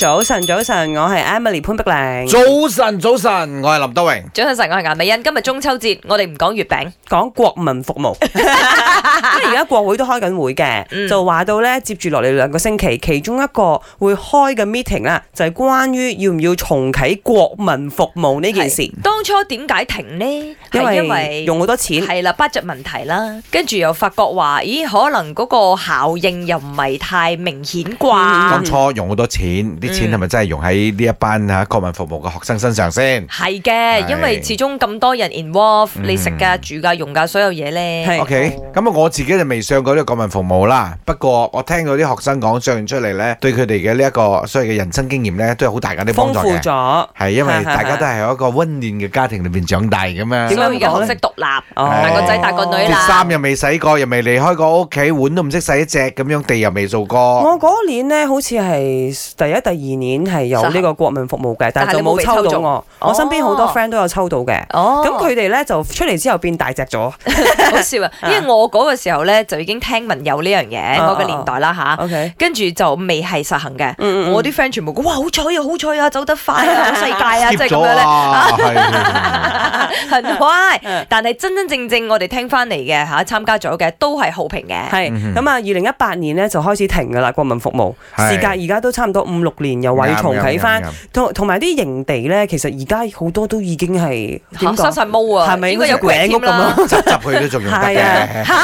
早晨，早晨，我係 Emily 潘碧玲。早晨，早晨，我系林德荣。早晨，晨我係顏美欣。今日中秋節，我哋唔講月餅，講國民服 務，因為而家國會都開緊會嘅，嗯就話到咧，接住落嚟兩個星期，其中一個會開嘅 meeting 啦，就係關於要唔要重啟國民服務呢件事，當初點解停呢？因係因為為用好多錢。係啦，budget 問題啦，跟住又發覺話，咦，可能嗰個效應又唔係太明顯當啩。初用好多錢，啲錢係咪真係用喺呢一班吓國民服務嘅學生身上先係嘅，係因為始終咁多人 involve，嗯你食噶、住噶、用噶，所有嘢係咧。 ？OK，咁啊，我自己就未上過呢個國民服務啦。不過我聽到啲學生講上完出嚟呢，對佢哋嘅呢一個所謂嘅人生經驗呢，都有好大嘅啲幫豐助富嘅。咗，係因為大家都係喺一個温暖嘅家庭裏边長大咁嘛點。解所咁以而家講呢學識獨立，哦大個仔大個女啦啲衫又未洗過，又未離開過屋企，碗都唔識洗一隻咁樣，地又未掃過。我嗰年咧，好似係第一、第二年係有呢個國民服務嘅，但係但係就你冇冇被抽抽到中我。我身邊好多哦 friend 都有抽到嘅，哦咁佢哋咧就出嚟之後變大隻咗。好笑啊！因為我嗰個時候咧就已經聽聞有呢樣嘢，哦我嘅年代啦吓。 OK，跟住就未係實行嘅。嗯嗯我啲 friend 全部講：哇，好彩啊，好彩啊，走得快啊， 好世界啊，即 skip 係咗咁樣咧。啊，係。很嗯乖，但係真真正正我哋聽翻嚟嘅嚇，參加咗嘅都係好評嘅。係嗯哼咁啊！二零一八年咧就開始停噶啦，國民服務係時隔而家都差唔多五六年，又位重啟翻啱，啱啱同同埋啲營地咧，其實而家好多都已經係點嚇講收？晒毛啊，係咪應該有好似鬼鬼屋添咁啊啦， 執執佢都仲用得係嘅啊。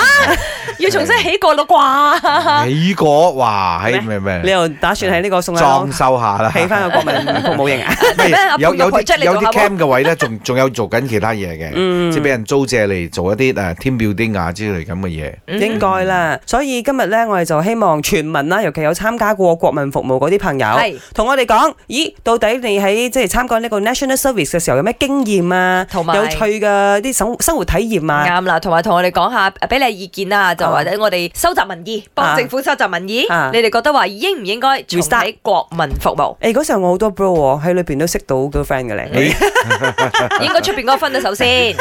要重新起過啦啩。美國哇，喺咩你咩又打算喺呢個宋禮裝樓修下啦，起 翻個國民服務營啊？咩咩有有阿潘玉啲佩有出嚟啲做下 cam 嘅位咧，仲仲有做緊其他嘢嘅，即係俾人租借嚟做一啲誒 team building 啊之類咁嘅嘢。 嗯應該啦，所以今日咧，我哋就希望全民啦，尤其有參加過國民服務嗰啲朋友，係同我哋講，咦，到底你喺即係參加呢個 national service 嘅時候有咩經驗啊，同埋有趣嘅啲生生活體驗啊，啱啦，同埋同我哋講下，俾你意見啊，就或者我哋收集民意，幫啊政府收集民意，啊你哋覺得話應唔應該重 Restart 啟國民服務？誒嗰時候我好多 bro 喎喺裏邊都識到 girlfriend 嘅咧，咦應該出邊嗰個分咗 手先，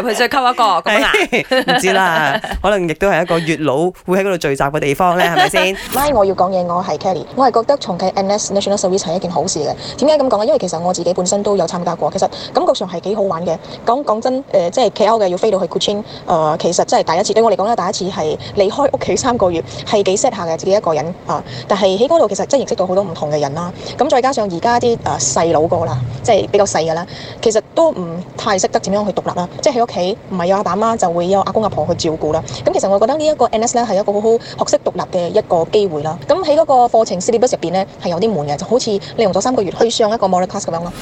入去再溝一個咁樣啊？哎唔知啦， 可能亦都係一個月老會喺嗰度聚集嘅地方咧，係咪先？咪我要講嘢，我係 Kelly，我係覺得重啟 NS National Service 係一件好事嘅。點解咁講呢？因為其實我自己本身都有參加過，其實感覺上係幾好玩嘅。講講真，誒、呃即係 KL 嘅要飛到去 Kuching，誒、其實真係第一次對我嚟講咧，第一次係離開屋企三個月，係幾 sad 下嘅自己一個人啊、但係喺嗰度其實真係認識到好多唔同嘅人啦。咁再加上而家啲誒細佬哥啦，即係比較細嘅啦，其實都唔太識得點樣去獨立啦。即係喺屋企唔係有阿爸媽，就會有阿公阿婆去照顧啦。咁其實我覺得呢一個 NS 咧係一個好好學識獨立嘅一個機會啦。咁喺嗰個課程 syllabus 入邊咧係有啲悶嘅，就好似你用咗三個月去上一個 model class 咁樣咯。